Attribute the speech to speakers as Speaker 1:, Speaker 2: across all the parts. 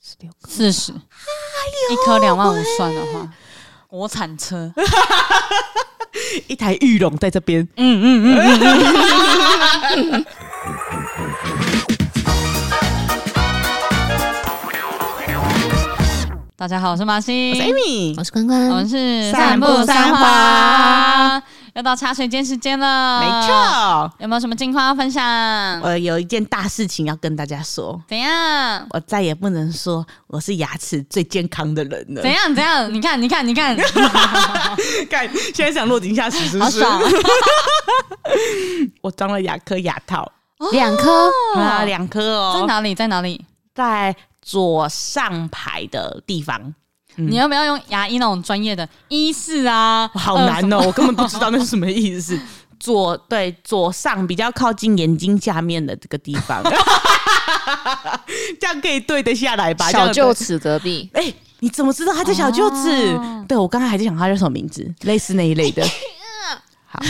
Speaker 1: 十六个，
Speaker 2: 四十，一颗两万五算的话，国产车，嗯
Speaker 1: 一台玉龙在这边。
Speaker 2: 嗯嗯嗯，大家好，我是马西，
Speaker 1: 我是 Amy，
Speaker 3: 我是关
Speaker 2: 嗯我
Speaker 3: 关
Speaker 2: 们，是
Speaker 1: 散步三花，
Speaker 2: 要到茶水间时间了，
Speaker 1: 没。错。
Speaker 2: 有没有什么近况要分享？
Speaker 1: 我有一件大事情要跟大家说，
Speaker 2: 怎样？
Speaker 1: 我再也不能说我是牙齿最健康的人了
Speaker 2: 怎。样？怎样？你看，你看，你看，
Speaker 1: 看，现在想落井下石是
Speaker 2: 好
Speaker 1: 不是？
Speaker 2: 爽！
Speaker 1: 我装了牙科牙套，
Speaker 2: 哦
Speaker 3: 两颗
Speaker 1: 啊，两颗
Speaker 2: 在
Speaker 1: 哦，
Speaker 2: 哪里？在哪里？
Speaker 1: 在左上排的地方。嗯
Speaker 2: 你要不要用牙医那种专业的医师啊？
Speaker 1: 好
Speaker 2: 呃
Speaker 1: 难哦、我根本不知道那是什么意思。 左对左上比较靠近眼睛下面的这个地方， 这样可以对得下来吧？这样
Speaker 3: 小
Speaker 1: 对
Speaker 3: 舅子隔壁，
Speaker 1: 哎、你怎么知道他叫小舅子？
Speaker 2: 哦
Speaker 1: 对我刚才还在想他叫什么名字，类似那一类 的。好，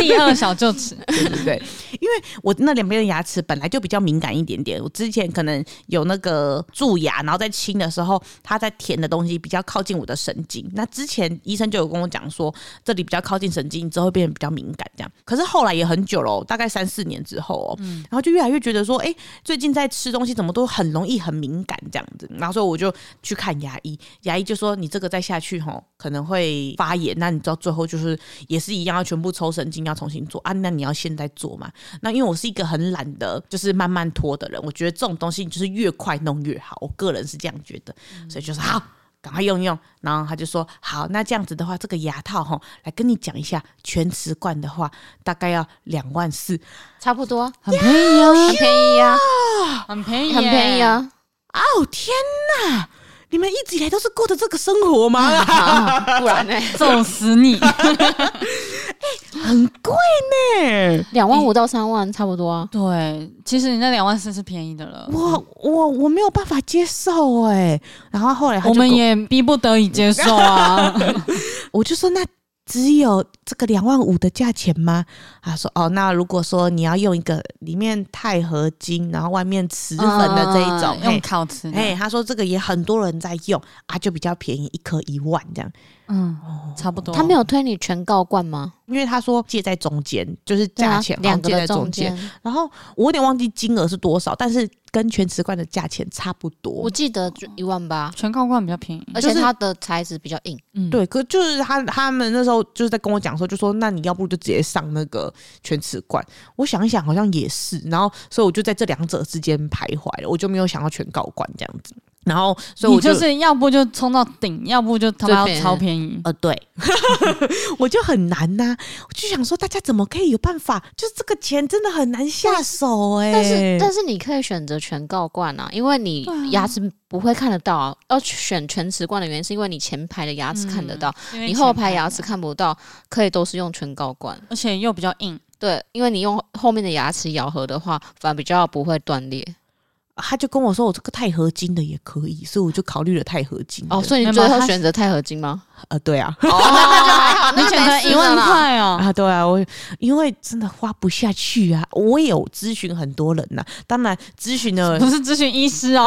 Speaker 2: 第二小臼 齿，
Speaker 1: 对对对，因为我那两边的牙齿本来就比较敏感一点点，我之前可能有那个蛀牙，然后在清的时候，它在填的东西比较靠近我的神经。那之前医生就有跟我讲说，这里比较靠近神经，之后会变得比较敏感这样。可是后来也很久了哦、大概三四年之后哦、然后就越来越觉得说，哎、最近在吃东西怎么都很容易很敏感这样子。然后所以我就去看牙医，牙医就说你这个再下去吼可能会发炎，那你到最后就是也是一样要全部抽神经，要重新做啊。那你要现在做嘛？那因为我是一个很懒的，就是慢慢拖的人，我觉得这种东西就是越快弄越好，我个人是这样觉得，所以就是好。赶快用一用，然后他就说：“好，那这样子的话，这个牙套吼，来跟你讲一下，全瓷冠的话大概要两万四，
Speaker 3: 差不多，
Speaker 2: 很便宜啊，
Speaker 3: 很便宜啊，
Speaker 2: 很便宜，
Speaker 3: 很便宜！啊。
Speaker 1: 哦天哪！你们一直以来都是过着这个生活吗？
Speaker 3: 啊不然呢？
Speaker 2: 揍死你！
Speaker 1: 很贵呢！
Speaker 3: 两万五到三万差不多啊。
Speaker 2: 对，其实你那两万四是便宜的了，
Speaker 1: 我我我没有办法接受哎。然后后来他
Speaker 2: 我
Speaker 1: 就
Speaker 2: 们
Speaker 1: 跟
Speaker 2: 也逼不得已接受啊。
Speaker 1: 我就说那只有这个两万五的价钱吗？他说哦，那如果说你要用一个里面钛合金，然后外面磁粉的这一种
Speaker 2: 嗯，
Speaker 1: 嘿
Speaker 2: 用烤瓷的，
Speaker 1: 哎、他说这个也很多人在用啊，就比较便宜，一颗一万这样。
Speaker 2: 嗯，差不多。
Speaker 3: 他没有推你全告冠吗？
Speaker 1: 因为他说介在中间，就是
Speaker 3: 对啊
Speaker 1: 价钱好哦像
Speaker 3: 两个
Speaker 1: 介在
Speaker 3: 的
Speaker 1: 中
Speaker 3: 中
Speaker 1: 间
Speaker 3: 间。，
Speaker 1: 然后我有点忘记金额是多少，但是跟全瓷罐的价钱差不多
Speaker 3: 我。记得就一万八，
Speaker 2: 全靠罐比较便宜，
Speaker 3: 而
Speaker 1: 就
Speaker 3: 且
Speaker 1: 是
Speaker 3: 它的材质比较硬，
Speaker 2: 嗯，
Speaker 1: 对，可就是他他们那时候就是在跟我讲说，就说那你要不就直接上那个全瓷罐。我想一想，好像也是。然后，所以我就在这两者之间徘徊了，我就没有想要全高罐这样子。然后，所以
Speaker 2: 你
Speaker 1: 我就
Speaker 2: 就是要不就冲到顶，要不就他妈要超便宜。
Speaker 1: 呃，对，我就很难呐、我就想说，大家怎么可以有办法？就是这个钱真的很难下手哎、
Speaker 3: 但是但是你可以选择全告冠啊，因为你
Speaker 2: 对啊
Speaker 3: 牙齿不会看得到啊。要选全瓷冠的原因是因为你前排的牙齿看得到，
Speaker 2: 因为
Speaker 3: 你后
Speaker 2: 嗯前排
Speaker 3: 排牙齿看不到，可以都是用全告冠。
Speaker 2: 而且又比较硬，
Speaker 3: 对，因为你用后面的牙齿咬合的话，反而比较不会断裂。
Speaker 1: 他就跟我说，我这个钛合金的也可以，所以我就考虑了钛合金的。
Speaker 3: 哦，所以
Speaker 2: 没有
Speaker 3: 你最
Speaker 2: 它
Speaker 3: 后
Speaker 2: 是
Speaker 3: 选择钛合金吗？
Speaker 1: 呃，对啊，
Speaker 3: 哦，那那就还好，
Speaker 2: 你
Speaker 3: 那就
Speaker 2: 选
Speaker 3: 没
Speaker 2: 择
Speaker 3: 事
Speaker 2: 一万
Speaker 3: 了啦。
Speaker 2: 块 哦，
Speaker 1: 啊，对啊，我因为真的花不下去啊，我也有咨询很多人呐、当然，咨询 的
Speaker 2: 不是咨询医师哦，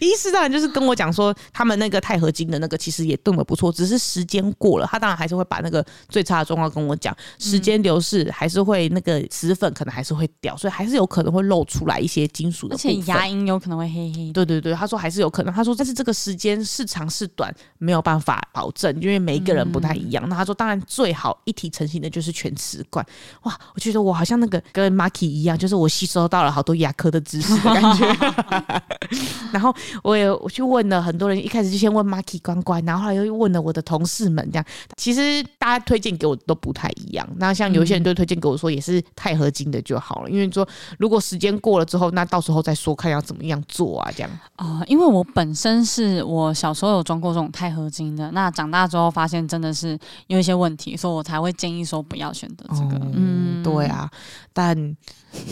Speaker 1: 医师当然就是跟我讲说，他们那个钛合金的那个其实也炖的不错，只是时间过了，他当然还是会把那个最差的状况跟我讲，时间流逝还是会那个石粉可能还是会掉，所以还是有可能会露出来一些金属的
Speaker 2: 而
Speaker 1: 部分。
Speaker 2: 且牙龈有可能会黑黑的。
Speaker 1: 对对对，他说还是有可能。他说，但是这个时间是长是短没有办法保证，因为每一个人不太一样。那他说，当然最好一体成型的就是全瓷冠。哇，我觉得我好像那个跟 Marky 一样，就是我吸收到了好多牙科的知识的感觉。 然后我也我去问了很多人，一开始就先问 Marky 关关，然后后来又问了我的同事们，这样其实大家推荐给我都不太一样。那像有些人就推荐给我说，也是钛合金的就好了，因为说如果时间过了之后，那到时候再说看要怎么样做啊，这样。
Speaker 2: 哦，因为我本身是我小时候有装过这种钛合金的，那长大之后发现真的是有一些问题，所以我才会建议说不要选择这个。
Speaker 1: 嗯，对啊，但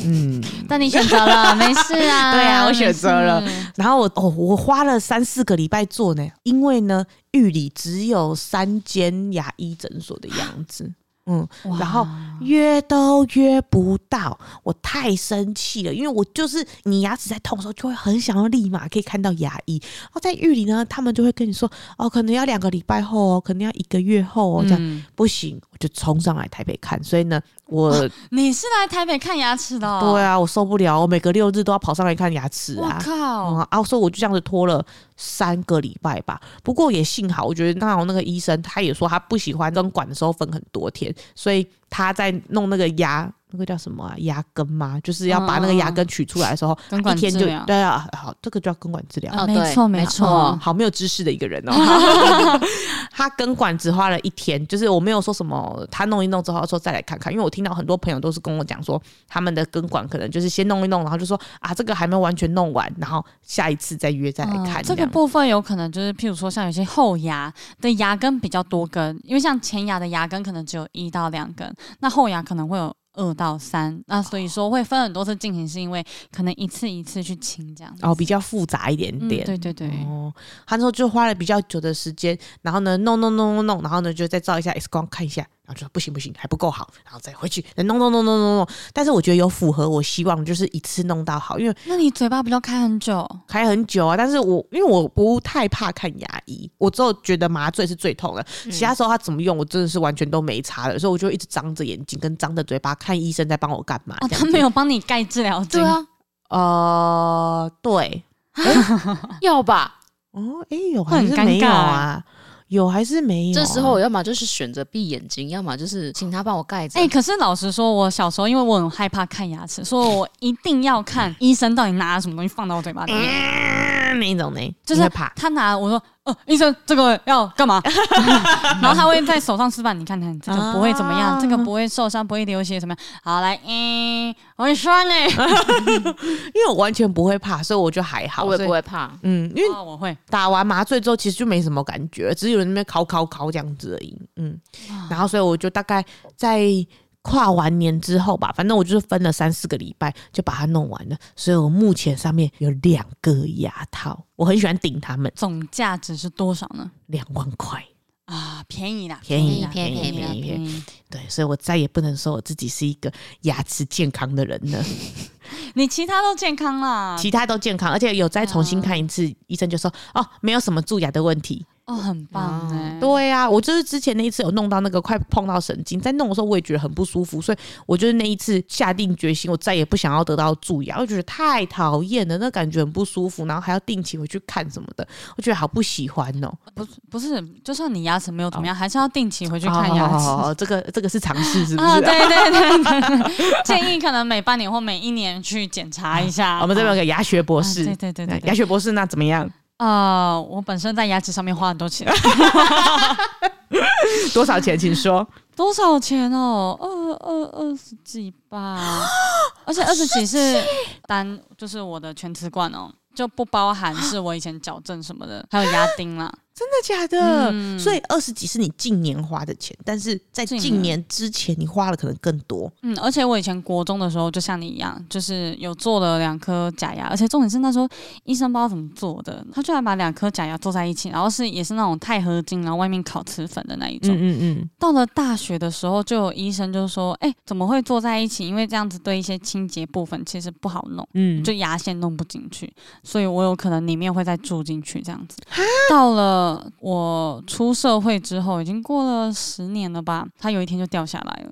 Speaker 1: 嗯，
Speaker 2: 但你选择 了，没事啊。
Speaker 1: 对啊我
Speaker 2: 没
Speaker 1: 选择了
Speaker 2: 事
Speaker 1: 然后我哦，我花了三四个礼拜做呢，因为呢，玉里只有三间牙医诊所的样子，嗯，
Speaker 2: 哇
Speaker 1: 然后约都约不到，我太生气了，因为我就是你牙齿在痛的时候，就会很想要立马可以看到牙医。然后在狱里呢，他们就会跟你说，哦，可能要两个礼拜后哦，可能要一个月后哦，这样、
Speaker 2: 嗯
Speaker 1: 不行，我就冲上来台北看。所以呢，我、
Speaker 2: 你是来台北看牙齿的、哦？
Speaker 1: 对啊，我受不了，我每个六日都要跑上来看牙齿
Speaker 2: 我
Speaker 1: 啊。
Speaker 2: 靠！
Speaker 1: 嗯啊，所以我就这样子拖了三个礼拜吧。不过也幸好，我觉得那我那个医生他也说他不喜欢跟管的时候分很多天，所以他在弄那个牙。那个叫什么啊？牙根吗？就是要把那个牙根取出来的时候，
Speaker 2: 嗯根
Speaker 1: 一
Speaker 2: 管
Speaker 1: 天
Speaker 2: 治
Speaker 1: 就
Speaker 2: 疗
Speaker 1: 对啊，好，这个就要根管治疗。
Speaker 3: 哦
Speaker 2: 没
Speaker 3: 对
Speaker 2: 错
Speaker 3: 没
Speaker 2: 没错，
Speaker 3: 错
Speaker 1: 哦好没有知识的一个人 哦。他根管只花了一天，就是我没有说什么，他弄一弄之后说再来看看，因为我听到很多朋友都是跟我讲说，他们的根管可能就是先弄一弄，然后就说啊这个还没有完全弄完，然后下一次再约再来看、
Speaker 2: 嗯这个
Speaker 1: 样
Speaker 2: 部分有可能就是，譬如说像有些后牙的牙根比较多根，因为像前牙的牙根可能只有一到两根，那后牙可能会有二到三，那所以说会分很多次进行，是因为可能一次一次去清这样子。
Speaker 1: 哦比较复杂一点
Speaker 2: 嗯
Speaker 1: 点。
Speaker 2: 对对对，
Speaker 1: 哦，他说就花了比较久的时间，然后呢，弄弄弄弄弄，然后呢就再照一下 X 光看一下，然后就说不行不行，还不够好，然后再回去弄弄弄弄弄弄。但是我觉得有符合我希望，就是一次弄到好，因为
Speaker 2: 那你嘴巴不要开很久？哦
Speaker 1: 开很久啊，但是我因为我不太怕看牙医，我只有觉得麻醉是最痛的，其他时候他怎么用我真的是完全都没差的，所以我就一直张着眼睛跟张着嘴巴看医生在帮我干嘛。
Speaker 2: 哦，
Speaker 1: 啊这
Speaker 2: 他
Speaker 1: 样子
Speaker 2: 没有帮你盖治疗
Speaker 3: 对
Speaker 2: 巾，
Speaker 3: 啊，
Speaker 1: 呃，对，
Speaker 3: 要吧？
Speaker 1: 哦，哎、有
Speaker 2: 会
Speaker 1: 还
Speaker 2: 很
Speaker 1: 是
Speaker 2: 尴
Speaker 1: 没有
Speaker 2: 尬
Speaker 1: 啊？有还是没有啊、
Speaker 3: 这时候我要么就是选择闭眼睛，要么就是请他帮我盖着。
Speaker 2: 哎、可是老实说，我小时候因为我很害怕看牙齿，所以我一定 要看医生到底拿了什么东西放到我嘴巴里面。
Speaker 1: 嗯那一种呢，
Speaker 2: 就
Speaker 1: 你
Speaker 2: 是
Speaker 1: 会怕。
Speaker 2: 他拿我说，呃，医生，这个要干嘛？ 然后他会在手上示范，你看看这个不会怎么样，
Speaker 1: 啊
Speaker 2: 这个不会受伤，不会流血，怎么样？好，来，嗯，我 会酸嘞、
Speaker 1: 因为我完全不会怕，所以我就还好。
Speaker 3: 我也
Speaker 1: 所以
Speaker 3: 不。会怕。
Speaker 1: 嗯，因为
Speaker 2: 哦，我会，
Speaker 1: 打完麻醉之后，其实就没什么感觉，只是有人在那边烤烤烤这样子而已。嗯，然后所以我就大概在跨完年之后吧，反正我就是分了三四个礼拜就把它弄完了，所以我目前上面有两个牙套，我很喜欢顶它们，
Speaker 2: 总价值是多少呢？
Speaker 1: 两万块。
Speaker 2: 啊，便宜啦，
Speaker 1: 便宜
Speaker 2: 啦
Speaker 3: 便宜
Speaker 2: 便啦
Speaker 1: 便宜便宜
Speaker 2: 便宜。
Speaker 1: 对，所以我再也不能说我自己是一个牙齿健康的人了，
Speaker 2: 你其他都健康啦，
Speaker 1: 其他都健康，而且有再重新看一次，医生就说哦，没有什么蛀牙的问题。
Speaker 2: 哦，很
Speaker 1: 啊
Speaker 2: 棒哎、
Speaker 1: 对呀、我就是之前那一次有弄到那个快碰到神经，在弄的时候我也觉得很不舒服，所以我就是那一次下定决心，我再也不想要得到蛀牙，我觉得太讨厌了，那感觉很不舒服，然后还要定期回去看什么的，我觉得好不喜欢哦。
Speaker 2: 不是，就算你牙齿没有怎么样，还是要定期回去
Speaker 1: 去
Speaker 2: 看牙齿。
Speaker 1: 哦、这个这个是尝试是不
Speaker 2: 啊，
Speaker 1: 是？
Speaker 2: 对 对对对， 建议可能每半年或每一年去检查一下。
Speaker 1: 我们这边有
Speaker 2: 啊
Speaker 1: 个牙学博
Speaker 2: 啊
Speaker 1: 士
Speaker 2: 对，对对对
Speaker 1: 牙
Speaker 2: 对，
Speaker 1: 学博士那怎么样？
Speaker 2: 啊，我本身在牙齿上面花很 多钱，
Speaker 1: 多少钱？请 说。
Speaker 2: 多少钱哦？二二二十几吧， 而且二十几是单，就是我的全瓷冠哦，就不包含是我以前矫正什么的，还有牙钉啦。
Speaker 1: 真的假的？
Speaker 2: 嗯
Speaker 1: 所以二十几是你近年花的钱，但是在
Speaker 2: 近
Speaker 1: 近
Speaker 2: 年
Speaker 1: 年之前你花了可能更多。
Speaker 2: 嗯，而且我以前国中的时候，就像你一样，就是有做了两颗假牙，而且重点是那时候医生不知道怎么做的，他居然把两颗假牙做在一起，然后是也是那种钛合金，然后外面烤瓷粉的那一种。
Speaker 1: 嗯嗯。
Speaker 2: 到了大学的时候，就有医生就说：“哎、怎么会做在一起？因为这样子对一些清洁部分其实不好弄，
Speaker 1: 嗯
Speaker 2: 就牙线弄不进去，所以我有可能里面会再住进去这样子。”到了我出社会之后，已经过了十年了吧，它有一天就掉下来了。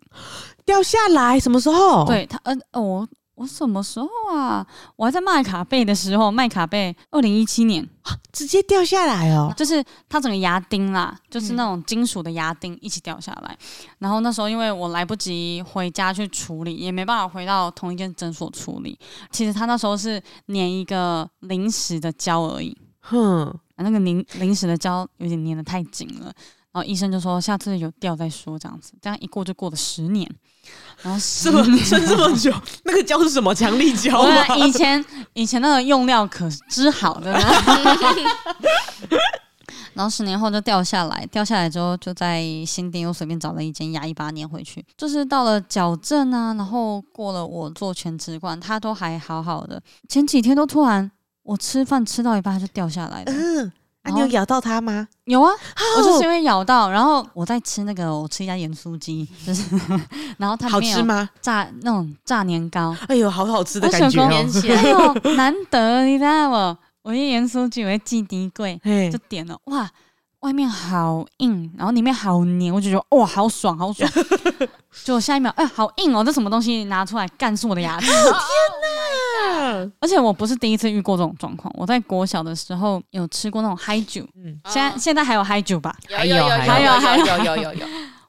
Speaker 1: 掉下来什么时候？，
Speaker 2: 对他，嗯、呃，我我什么时候啊？我还在麦卡贝的时候，麦卡贝二零一七年，
Speaker 1: 直接掉下来哦。嗯
Speaker 2: 就是它整个牙钉啦，就是那种金属的牙钉一起掉下来。然后那时候因为我来不及回家去处理，也没办法回到同一间诊所处理。其实他那时候是粘一个临时的胶而已，
Speaker 1: 哼，
Speaker 2: 啊那个临临时的胶有点粘的太紧了。然后医生就说下次有掉再说，这样子，这样一过就过了十年，然后十
Speaker 1: 这么
Speaker 2: 年
Speaker 1: 撑这么久， 那个胶是什么？强力胶
Speaker 2: 我
Speaker 1: 吗？
Speaker 2: 跟你讲以前以前那个用料可之好的呢，然后十年后就掉下来，掉下来之后就在新店又随便找了一间牙医把它粘回去，就是到了矫正啊，然后过了我做全职冠，它都还好好的。前几天都突然我吃饭吃到一半它就掉下来了，
Speaker 1: 嗯，啊，
Speaker 2: 然
Speaker 1: 你
Speaker 2: 后
Speaker 1: 有咬到它吗？哦
Speaker 2: 有啊，我就是因为咬到，然后我在吃那个，我吃一家盐酥鸡，就是然后它
Speaker 1: 好
Speaker 2: 里面哦
Speaker 1: 吃
Speaker 2: 有
Speaker 1: 吗？
Speaker 2: 炸那种炸年糕，
Speaker 1: 哎呦，好好吃的
Speaker 2: 我
Speaker 1: 感觉
Speaker 2: 想
Speaker 3: 连
Speaker 1: 哦！
Speaker 3: 起
Speaker 2: 哎
Speaker 3: 来，
Speaker 2: 呦，难得你知道吗？我一盐酥鸡，我会寄第一柜，
Speaker 1: 嘿
Speaker 2: 就，点了，哇，外面好硬，然后里面好黏，我就觉得哇，好爽，好 爽。就下一秒，哎、好硬哦，这什么东西拿出来干是我的牙 齿。
Speaker 1: 啊
Speaker 2: 而且我不是第一次遇过这种状况，我在国小的时候有吃过那种嗨酒，
Speaker 1: 嗯，
Speaker 2: 现在、现在还有嗨酒吧？
Speaker 3: 有有有
Speaker 1: 还
Speaker 2: 有还有
Speaker 3: 有有有有有，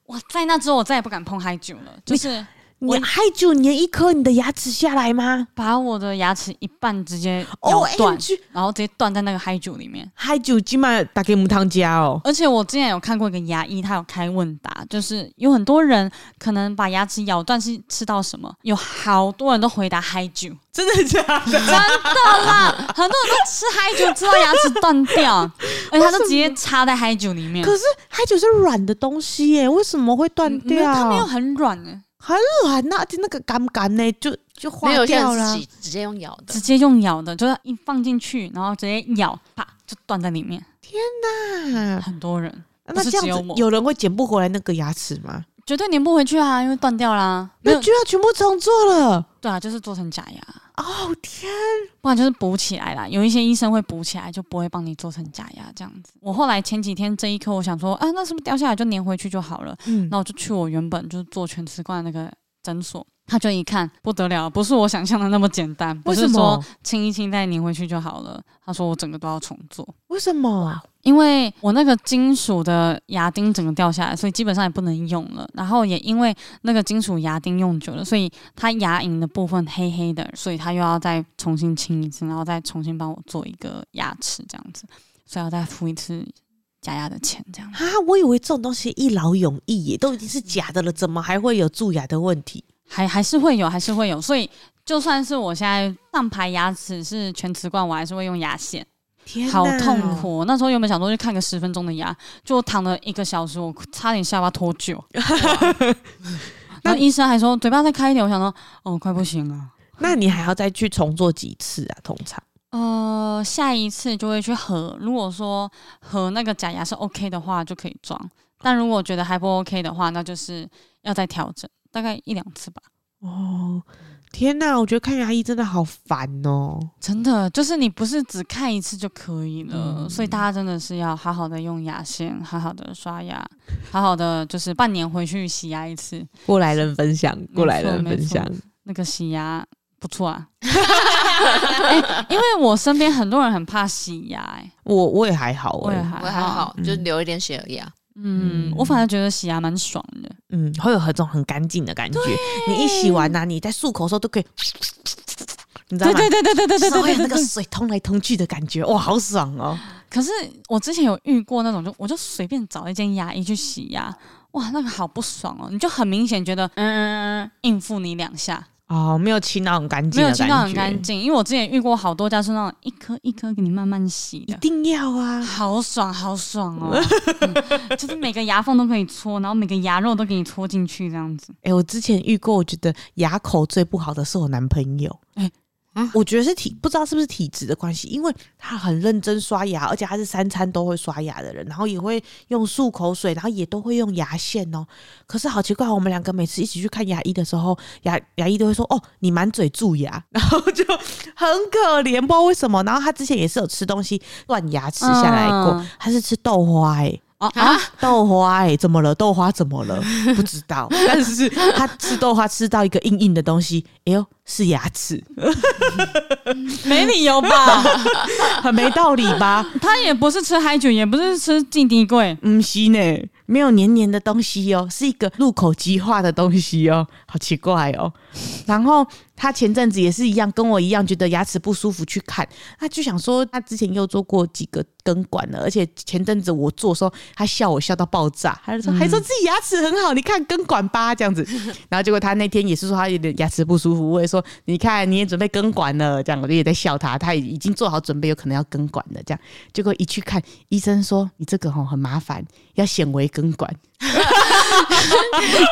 Speaker 2: 哇，在那之后我再也不敢碰嗨酒了，就是
Speaker 1: 你害就粘一颗你的牙齿下来吗
Speaker 2: 把我的牙齿一半直接咬
Speaker 1: ？O
Speaker 2: 断
Speaker 1: M，G，
Speaker 2: 然后直接断在那个嗨酒里面。
Speaker 1: 害就今晚打给母汤家哦。
Speaker 2: 而且我之前有看过一个牙医，他有开问答，就是有很多人可能把牙齿咬断是吃到什么，有好多人都回答嗨酒，
Speaker 1: 真的假的？
Speaker 2: 真的啦，很多人都吃嗨酒吃到牙齿断掉，而且他都直接插在嗨酒里面，
Speaker 1: 可是海酒是软的东西耶，为什么会断
Speaker 2: 嗯没有
Speaker 1: 掉？
Speaker 2: 它没有很软诶、
Speaker 1: 很软呐、而且那个感感呢，就就化
Speaker 3: 没有
Speaker 1: 掉
Speaker 3: 像
Speaker 1: 了
Speaker 3: 自。己直接用咬的
Speaker 2: 直，接用咬的，就是一放进去，然后直接咬，啪就断在里面。
Speaker 1: 啊
Speaker 2: 很多人
Speaker 1: 那
Speaker 2: 不是
Speaker 1: 这
Speaker 2: 只有
Speaker 1: 样子
Speaker 2: 我，
Speaker 1: 有人会捡不回来那个牙齿吗？
Speaker 2: 绝对粘不回去啊，因为断掉啦。没
Speaker 1: 那
Speaker 2: 有
Speaker 1: 就要全部重做了。
Speaker 2: 对啊，就是做成假牙，
Speaker 1: 哦天！
Speaker 2: 不然就是补起来啦。有一些医生会补起来，就不会帮你做成假牙这样子。我后来前几天这一颗，我想说啊，那是不是掉下来就粘回去就好了？
Speaker 1: 嗯
Speaker 2: 那我就去我原本就是做全瓷冠那个诊所，他就一看不得了，不是我想象的那么简单，不
Speaker 1: 为
Speaker 2: 是
Speaker 1: 什
Speaker 2: 说
Speaker 1: 么？
Speaker 2: 清一清再粘回去就好了。他说我整个都要重做，
Speaker 1: 为什么？
Speaker 2: 因为我那个金属的牙钉整个掉下来，所以基本上也不能用了。然后也因为那个金属牙钉用久了，所以它牙龈的部分黑黑的，所以它又要再重新清一次，然后再重新帮我做一个牙齿这样子，所以要再付一次假牙的钱这样。
Speaker 1: 啊，我以为这种东西一劳永逸耶，都已经是假的了，怎么还会有蛀牙的问题？
Speaker 2: 还还是会有，还是会有。所以就算是我现在上排牙齿是全瓷冠，我还是会用牙线，
Speaker 1: 天哪
Speaker 2: 好痛！苦哦、那时候原本想说去看个十分钟的牙，就我躺了一个小时，我差点下巴脱臼。然后医生还说嘴巴再开一点，我想说哦，快不行了。
Speaker 1: 那你还要再去重做几次啊？通常
Speaker 2: 呃，下一次就会去合。如果说合那个假牙是 OK 的话，就可以装；但如果觉得还不 OK 的话，那就是要再调整，大概一两次吧。
Speaker 1: 哦，天哪！我觉得看牙医真的好烦哦。
Speaker 2: 真的，就是你不是只看一次就可以了，所以大家真的是要好好的用牙线，好好的刷牙，好好的就是半年回去洗牙一次，
Speaker 1: 过来人分享，过来人
Speaker 2: 没错
Speaker 1: 分享。
Speaker 2: 那个洗牙不错啊。 哎因为我身边很多人很怕洗牙、哎，
Speaker 1: 我我也还好、
Speaker 2: 我
Speaker 1: 哎。
Speaker 2: 也还
Speaker 3: 我还好，
Speaker 1: 嗯
Speaker 3: 就留一点血而已啊。
Speaker 2: 嗯
Speaker 1: 嗯，
Speaker 2: 我反而觉得洗牙蛮爽的，
Speaker 1: 嗯，会有很种很干净的感觉。你一洗完呐、啊你在漱口的时候都可以，你知道
Speaker 2: 对
Speaker 1: 吗？
Speaker 2: 对对对对对对
Speaker 1: 稍微
Speaker 2: 对
Speaker 1: 有
Speaker 2: 对
Speaker 1: 那个水通来通去的感觉，哇，好爽哦！
Speaker 2: 可是我之前有遇过那种，就我就随便找一间牙医去洗牙，哇，那个好不爽哦，你就很明显觉得嗯嗯嗯嗯应付你两下，
Speaker 1: 哦，没有清到很干净，
Speaker 2: 没有清到很干，净，因为我之前遇过好多家是那种一颗一颗给你慢慢洗
Speaker 1: 一
Speaker 2: 的，
Speaker 1: 定要啊！
Speaker 2: 好爽好爽哦、嗯就是每个牙缝都可以搓，然后每个牙肉都给你搓进去这样子。
Speaker 1: 哎、我之前遇过，我觉得牙口最不好的是我男朋友。
Speaker 2: 哎
Speaker 3: 啊
Speaker 1: 我觉得是体不知道是不是体质的关系，因为他很认真刷牙，而且他是三餐都会刷牙的人，然后也会用漱口水，然后也都会用牙线哦。可是好奇怪，我们两个每次一起去看牙医的时候，牙牙医都会说：“哦，你满嘴蛀牙。” 然后就很可怜，不知道为什么。然后他之前也是有吃东西断牙齿下来过，
Speaker 2: 嗯
Speaker 1: 他是吃豆花哎、
Speaker 2: 哦啊，
Speaker 1: 豆花哎、怎么了？豆花怎么 了？不知道，但是他吃豆花吃到一个硬硬的东西，哎呦，是牙齿，
Speaker 2: 没理由吧？
Speaker 1: 很没道理吧？
Speaker 2: 他也不是吃海酒，也不是吃进敌柜，
Speaker 1: 嗯，是呢，没有黏黏的东西哦，是一个入口即化的东西哦，好奇怪哦。然后他前阵子也是一样，跟我一样觉得牙齿不舒服去看，他就想说他之前又做过几个根管了，而且前阵子我做的时候，他笑我笑到爆炸，他就说、还说自己牙齿很好，你看根管吧这样子。然后结果他那天也是说他有点牙齿不舒服，我也说你看你也准备根管了，这样我就也在笑他，他已经做好准备，有可能要根管了这样。结果一去看医生说你这个吼很麻烦，要显微根管，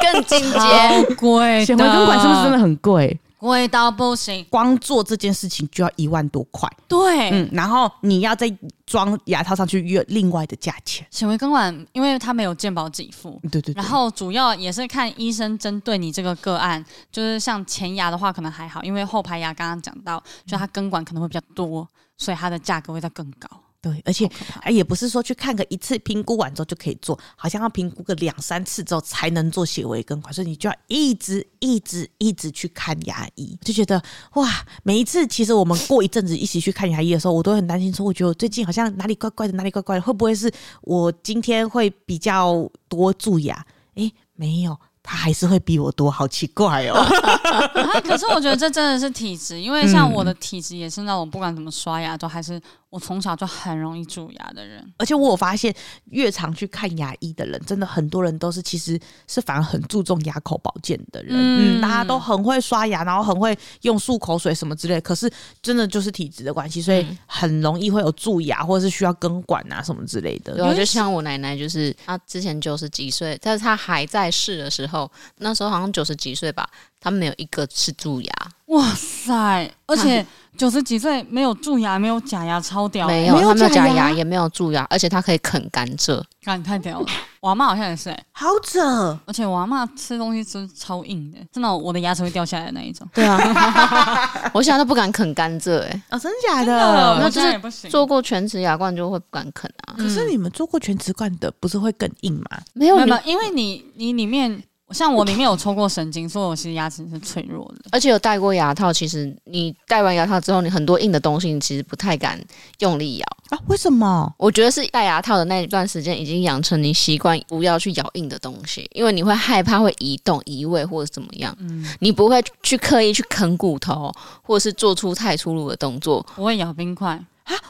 Speaker 3: 更进阶，
Speaker 2: 好贵
Speaker 1: 哦
Speaker 2: 的。
Speaker 1: 显微根管是不是真的很贵？
Speaker 2: 味道不行。
Speaker 1: 光做这件事情就要一万多块，
Speaker 2: 对，
Speaker 1: 嗯，然后你要再装牙套上去，约另外的价钱。
Speaker 2: 显微根管，因为它没有健保给付，
Speaker 1: 对对对，
Speaker 2: 然后主要也是看医生针对你这个个案，就是像前牙的话可能还好，因为后排牙刚刚讲到，
Speaker 1: 嗯
Speaker 2: 就它根管可能会比较多，所以它的价格会再更高。
Speaker 1: 对，而且
Speaker 2: 好可怕
Speaker 1: 哎也不是说去看个一次，评估完之后就可以做，好像要评估个两三次之后才能做显微根管，所以你就要一直一直一直去看牙医。我就觉得哇，每一次其实我们过一阵子一起去看牙医的时候，我都很担心说，我觉得我最近好像哪里怪怪的，哪里怪怪的，会不会是我今天会比较多蛀牙？哎，没有。他还是会比我多，好奇怪哦！
Speaker 2: 啊，可是我觉得这真的是体质，因为
Speaker 1: 嗯
Speaker 2: 像我的体质也是那种不管怎么刷牙都还是我从小就很容易蛀牙的人。
Speaker 1: 而且我有发现，越常去看牙医的人，真的很多人都是其实是反而很注重牙口保健的人，嗯
Speaker 2: 嗯
Speaker 1: 大家都很会刷牙，然后很会用漱口水什么之类的。可是真的就是体质的关系，所以很容易会有蛀牙，或者是需要根管啊什么之类的。
Speaker 3: 对啊，就像我奶奶，就是她之前九十几岁，但是她还在世的时候，那时候好像九十几岁吧，她没有一个是蛀牙，
Speaker 2: 哇塞！而且九十几岁没有蛀牙，没有假牙，超屌欸的，
Speaker 3: 没
Speaker 1: 没
Speaker 3: 有，
Speaker 1: 有
Speaker 3: 她没有
Speaker 1: 假
Speaker 3: 假
Speaker 1: 牙
Speaker 3: 牙，也没有蛀牙，而且她可以啃甘蔗。
Speaker 2: 干太屌了。我阿妈好像也是、欸，
Speaker 1: 好扯，哦
Speaker 2: 而且我阿妈吃东西吃超硬的、真的，我的牙齿会掉下来的那一种。
Speaker 3: 对啊，我现在都不敢啃甘蔗、欸，
Speaker 1: 哦，真的假
Speaker 2: 真的，
Speaker 1: 的？
Speaker 2: 我
Speaker 3: 那
Speaker 2: 现在也不行。
Speaker 3: 做过全瓷牙冠就会不敢啃啊。
Speaker 1: 可是你们做过全瓷冠的，不是会更硬吗？
Speaker 2: 没
Speaker 3: 没有
Speaker 2: 有，
Speaker 3: 你
Speaker 2: 没有，因为你你里面像我里面有抽过神经，所以我其实牙齿是脆弱的。
Speaker 3: 而且有戴过牙套，其实你戴完牙套之后，你很多硬的东西，你其实不太敢用力咬。
Speaker 1: 啊，为什么？
Speaker 3: 我觉得是戴牙套的那一段时间，已经养成你习惯不要去咬硬的东西，因为你会害怕会移动、移位或者怎么样。你不会去刻意去啃骨头，或者是做出太粗鲁的动作。
Speaker 2: 我会咬冰块，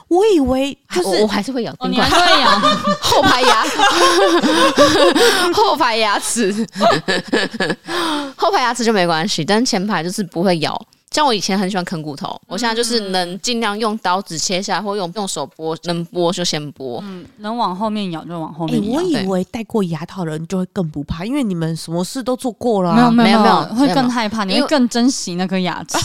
Speaker 1: 我以啊为就
Speaker 3: 哎我我
Speaker 1: 是
Speaker 3: 还是会咬
Speaker 2: 哦，
Speaker 3: 冰
Speaker 2: 你
Speaker 3: 块，
Speaker 2: 还是会咬。
Speaker 3: 后排牙，后排牙齿，后排牙齿就没关系，但前排就是不会咬。像我以前很喜欢啃骨头，我现在就是能尽量用刀子切下，或用用手剥，能剥就先剥。
Speaker 2: 能往后面咬就往后
Speaker 1: 哎、
Speaker 2: 面咬。
Speaker 1: 我以
Speaker 3: 对
Speaker 1: 为戴过牙套的人就会更不怕，因为你们什么事都做过了啊、
Speaker 2: 没有没
Speaker 3: 没有
Speaker 2: 有
Speaker 3: 没有没
Speaker 2: 会
Speaker 3: 有
Speaker 2: 更害怕，你
Speaker 3: 因
Speaker 2: 会
Speaker 3: 为
Speaker 2: 更珍惜那颗牙齿。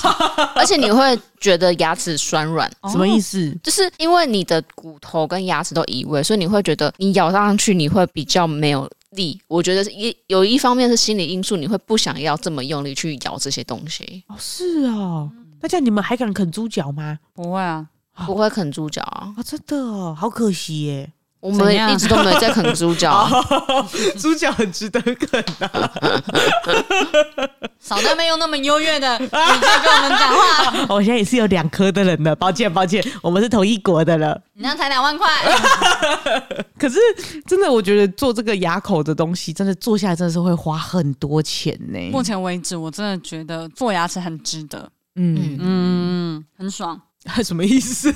Speaker 3: 而且你会觉得牙齿酸软，
Speaker 1: 什么意
Speaker 2: 思？
Speaker 1: 思？
Speaker 3: 就是因为你的骨头跟牙齿都移位，所以你会觉得你咬上去你会比较没有力。我觉得是一有一方面是心理因素，你会不想要这么用力去咬这些东西，
Speaker 1: 哦，是哦。那这样你们还敢啃猪脚吗？
Speaker 2: 不会啊，
Speaker 3: 不会啃猪脚啊。
Speaker 1: 啊、真的哦，好可惜耶！
Speaker 3: 我
Speaker 2: 怎
Speaker 3: 们
Speaker 2: 样
Speaker 3: 一直都没有在啃猪脚
Speaker 1: 哦
Speaker 3: 啊，
Speaker 1: 猪脚很值得啃 啊。
Speaker 2: 少在那边用那么优越的语气跟我们讲话，
Speaker 1: 哦我现在也是有两颗的人了，抱歉抱歉，我们是同一国的了。
Speaker 2: 你那才两万块，
Speaker 1: 可是真的，我觉得做这个牙口的东西，真的做下来真的是会花很多钱呢。
Speaker 2: 目前为止，我真的觉得做牙齿很值得，
Speaker 1: 嗯，
Speaker 2: 嗯，很爽，
Speaker 1: 什么意思？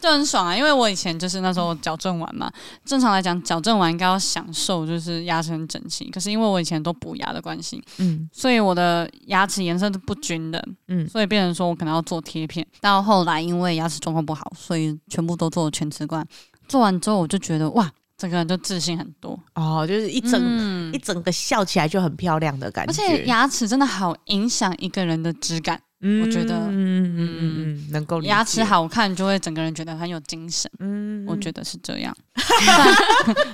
Speaker 2: 就很爽啊！因为我以前就是那时候矫正完嘛，正常来讲矫正完应该要享受，就是牙齿很整齐。可是因为我以前都补牙的关系，
Speaker 1: 嗯
Speaker 2: 所以我的牙齿颜色是不均的，
Speaker 1: 嗯，
Speaker 2: 所以变成说我可能要做贴片。到后来因为牙齿状况不好，所以全部都做全瓷冠。做完之后我就觉得哇，整个人就自信很多，
Speaker 1: 哦，就是一整、
Speaker 2: 嗯
Speaker 1: 一整个笑起来就很漂亮的感觉。
Speaker 2: 而且牙齿真的好影响一个人的质感，
Speaker 1: 嗯，
Speaker 2: 我觉得
Speaker 1: 嗯嗯嗯嗯嗯，能够理解
Speaker 2: 牙齿，好看就会整个人觉得很有精神，
Speaker 1: 嗯
Speaker 2: 我觉得是这 样。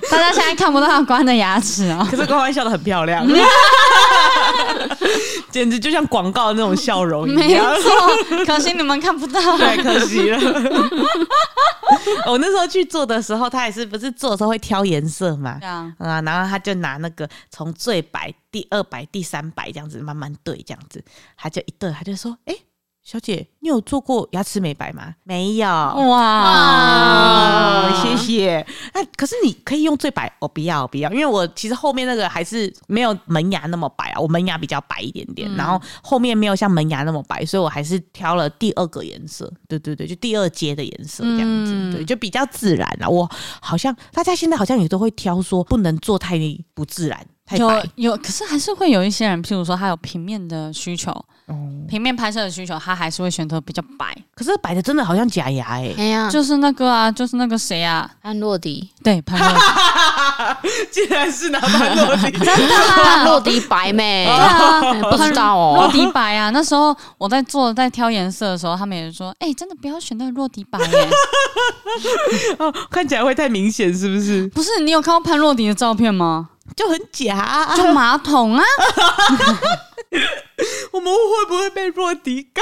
Speaker 2: 大家现在看不到关的牙齿哦，
Speaker 1: 可是关关笑的很漂 亮，简直就像广告的那种笑容一
Speaker 2: 没
Speaker 1: 样。
Speaker 2: 错，可惜你们看不到。
Speaker 1: 太可惜了。我那时候去做的时候，他也是不是做的时候会挑颜色嘛
Speaker 2: 这？样，
Speaker 1: 啊、然后他就拿那个从最白、第二白、第三白这样子慢慢对，这样子，他就一对，他就说：“哎、小姐，你有做过牙齿美白吗？没有。
Speaker 2: 哇
Speaker 1: 哦，， 谢谢。那可是你可以用最白，我不要，我不要，因为我其实后面那个还是没有门牙那么白啊，我门牙比较白一点点，然后后面没有像门牙那么白，所以我还是挑了第二个颜色，对对对，就第二阶的颜色这样子，
Speaker 2: 嗯
Speaker 1: 对，就比较自然啊。我好像大家现在好像也都会挑说不能做太不自然，太
Speaker 2: 有
Speaker 1: 白，
Speaker 2: 有，可是还是会有一些人，譬如说他有平面的需求，平面拍摄的需求，他还是会选择比较白，
Speaker 1: 可是白的真的好像假牙哎、
Speaker 2: 嗯
Speaker 3: 哎呀，就
Speaker 2: 就是那个啊，就是那个谁啊，
Speaker 3: 安洛迪，
Speaker 2: 对，潘若
Speaker 1: 竟然 是拿潘诺迪，
Speaker 2: 真的
Speaker 3: 啊
Speaker 2: 啦，
Speaker 3: 落地白妹，
Speaker 2: 对啊，
Speaker 3: 不知道
Speaker 2: 落
Speaker 3: 哦。
Speaker 2: 地白啊！那时候我在做在挑颜色的时候，他们也说：“哎、真的不要选那个落地白、耶
Speaker 1: 哦，看起来会太明显，是不是？
Speaker 2: 不是你有看过潘若迪的照片吗？
Speaker 1: 就很假、啊。
Speaker 2: 就马桶啊，
Speaker 1: 我们会不会被若迪告？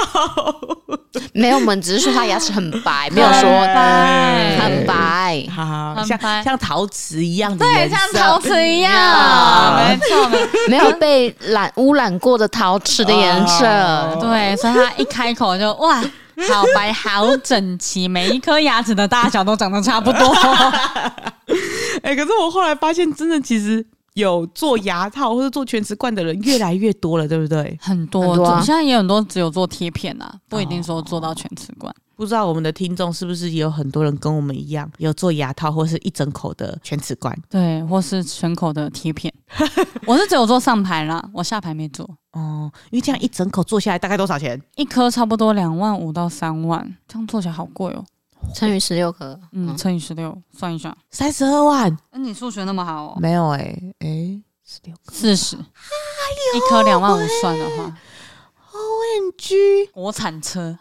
Speaker 3: 没有，我们只是说她牙齿很白，没有
Speaker 2: 很
Speaker 3: 说
Speaker 2: 白
Speaker 3: 很白。
Speaker 1: 好，
Speaker 2: 很
Speaker 1: 像
Speaker 2: 白
Speaker 1: 像陶瓷一样的
Speaker 2: 对，
Speaker 1: 颜色
Speaker 2: 像陶瓷一样，
Speaker 1: 啊
Speaker 2: 没错，没 错。
Speaker 3: 没有被染污染过的陶瓷的颜色
Speaker 1: 哦。
Speaker 2: 对，所以他一开口就哇，好白，好整齐，每一颗牙齿的大小都长得差不 多。
Speaker 1: 哎、可是我后来发现，真的其实有做牙套或者做全瓷冠的人越来越多了，对不对？
Speaker 2: 很多，
Speaker 3: 很多啊
Speaker 2: 现在也有很多只有做贴片啊，不一定说做到全瓷冠。
Speaker 1: 不知道我们的听众是不是也有很多人跟我们一样，有做牙套或是一整口的全瓷冠？
Speaker 2: 对，或是全口的贴 片。我是只有做上排啦，我下排没做。
Speaker 1: 哦，因为这样一整口做下来大概多少钱？
Speaker 2: 一颗差不多两万五到三万，这样做起来好贵哦。
Speaker 3: 乘以十六颗，
Speaker 2: 嗯，
Speaker 3: 嗯，
Speaker 2: 乘以十六算一算。
Speaker 1: 三十二万？
Speaker 2: 那、你数学那么好哦？
Speaker 1: 没有哎、哎，十六
Speaker 2: 四十，一颗两万五算的话，
Speaker 1: 万 G，
Speaker 2: 国产车。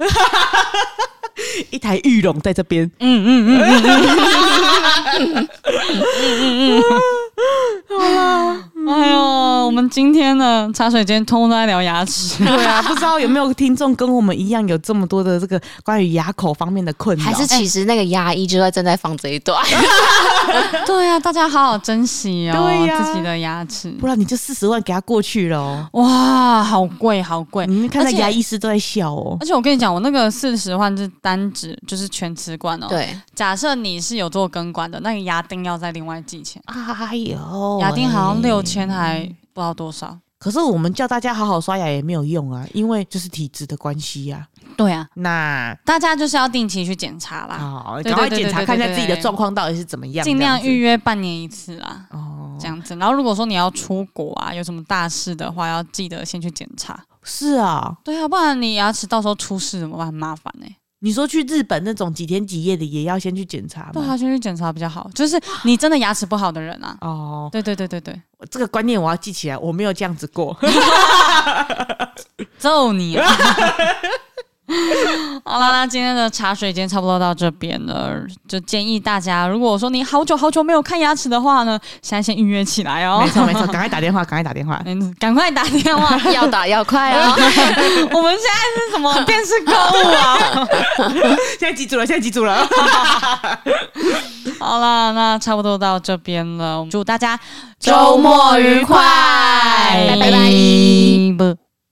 Speaker 1: 一台玉龙在这边，
Speaker 2: 嗯嗯嗯嗯嗯嗯嗯嗯。哎呦，我们今天的茶水间通通都在聊牙 齿，
Speaker 1: 对啊，不知道有没有听众跟我们一样有这么多的这个关于牙口方面的困扰？
Speaker 3: 嗯还是其实那个牙医就在正在放这一段，
Speaker 2: 对呀、大家好好珍惜哦，
Speaker 1: 对呀
Speaker 2: 自己的牙齿。
Speaker 1: 不然你就四十万给他过去了哦。
Speaker 2: 哇，好贵，好贵！
Speaker 1: 你们看到
Speaker 2: 而且
Speaker 1: 牙医师都在笑哦。
Speaker 2: 而且我跟你讲，我那个四十万是单指，就是全瓷冠哦。，
Speaker 3: 对，
Speaker 2: 假设你是有做根管的，那个牙钉要再另外计钱，
Speaker 1: 哎呦，
Speaker 2: 牙钉好像
Speaker 1: 哎
Speaker 2: 六千还不知道多少。
Speaker 1: 可是我们叫大家好好刷牙也没有用啊，因为就是体质的关系呀、啊。
Speaker 2: 对啊，
Speaker 1: 那
Speaker 2: 大家就是要定期去检查啦，
Speaker 1: 好，
Speaker 2: 啊对
Speaker 1: 赶快
Speaker 2: 对对
Speaker 1: 检查
Speaker 2: 对对
Speaker 1: 看一下
Speaker 2: 对
Speaker 1: 自己的
Speaker 2: 对
Speaker 1: 状况到底是怎么样，
Speaker 2: 尽
Speaker 1: 这样
Speaker 2: 量
Speaker 1: 子
Speaker 2: 预约半年一次啦。
Speaker 1: 哦。
Speaker 2: 这样子，然后如果说你要出国啊，有什么大事的话，要记得先去检查。
Speaker 1: 是啊，
Speaker 2: 对啊，不然你牙齿到时候出事怎么办？很麻烦呢、欸
Speaker 1: 你说去日本那种几天几夜的也要先去检查
Speaker 2: 对
Speaker 1: 吗？
Speaker 2: 啊，先去检查比较好。就是你真的牙齿不好的人啊，
Speaker 1: 哦，
Speaker 2: 对对对对对，
Speaker 1: 这个观念我要记起来，我没有这样子过。
Speaker 2: 揍 你、啊！好啦，那今天的茶水间差不多到这边了，就建议大家，如果说你好久好久没有看牙齿的话呢，现在先预约起来哦
Speaker 1: 没。 错没错，赶快打电话，赶快打电话。
Speaker 2: 嗯，赶快打电话！
Speaker 3: 要打要快哦。
Speaker 2: 我们现在是什么电视购物 啊？
Speaker 1: 现在记住了，现在记住了。
Speaker 2: 好啦，那差不多到这边了，我们祝大家
Speaker 3: 周末愉快拜拜
Speaker 2: 拜